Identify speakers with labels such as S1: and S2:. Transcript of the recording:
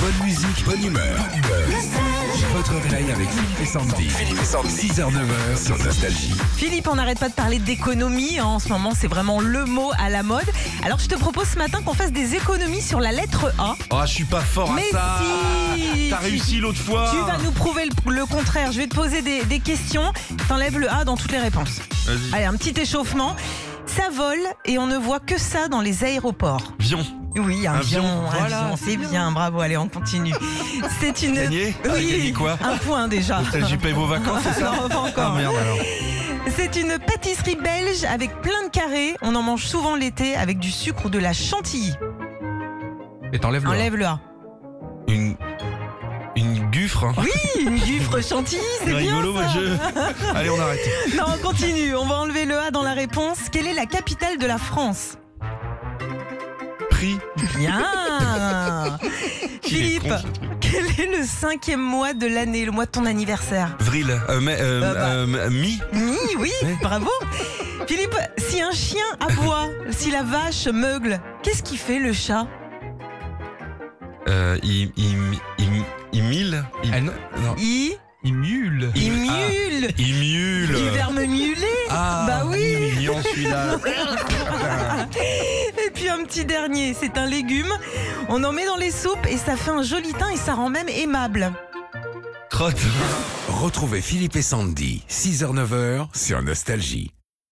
S1: Bonne musique, bonne humeur. Votre réveil avec Philippe et Sandy. Philippe et Sandy. 6h-9h sur Nostalgie.
S2: Philippe, on n'arrête pas de parler d'économie. hein. En ce moment, c'est vraiment le mot à la mode. Alors, je te propose ce matin qu'on fasse des économies sur la lettre A.
S3: Ah, je suis pas fort
S2: Mais
S3: à ça.
S2: si
S3: T'as
S2: Tu-
S3: réussi l'autre fois.
S2: Tu vas nous prouver le, le contraire. Je vais te poser des, des questions. T'enlèves le A dans toutes les réponses.
S3: Vas-y.
S2: Allez, un petit échauffement. Ça vole et on ne voit que ça dans les aéroports.
S3: Vion.
S2: Oui, un
S3: Avion,
S2: avion,
S3: voilà,
S2: avion, c'est bien, bravo, allez, on continue. C'est une...
S3: Gagné Ah, gagné quoi
S2: un point déjà.
S3: J'ai payé vos vacances, c'est ça
S2: Non, pas
S3: Ah
S2: encore.
S3: merde alors.
S2: C'est une pâtisserie belge avec plein de carrés. On en mange souvent l'été avec du sucre ou de la chantilly.
S3: Et t'enlèves le.
S2: Enlève le A.
S3: Une. Une guffre. Hein.
S2: Une gufre chantilly, c'est
S3: C'est
S2: bien
S3: rigolo
S2: ça.
S3: votre jeu. Allez, on arrête.
S2: Non, on continue. On va enlever le A dans la réponse. Quelle est la capitale de la France
S3: Prix.
S2: Bien Philippe, quel est le cinquième mois de l'année, le mois de ton anniversaire
S3: Vril. Euh, mais, euh,
S2: Ah bah.
S3: euh, mi.
S2: Oui, oui,
S3: Ouais.
S2: bravo Philippe, si un chien aboie, si la vache meugle, qu'est-ce qui fait le chat
S3: Euh, il. Il. Il. Il. mille
S1: Ah
S3: Il. non.
S2: Il,
S3: Il Ah. mule.
S2: il miaule
S3: Il mule.
S2: Du verbe muler
S3: Ah,
S2: Bah oui.
S3: il est mignon celui-là.
S2: Et puis un petit dernier, c'est un légume. On en met dans les soupes et ça fait un joli teint et ça rend même aimable.
S3: Crotte.
S1: Retrouvez Philippe et Sandy. 6h-9h sur Nostalgie.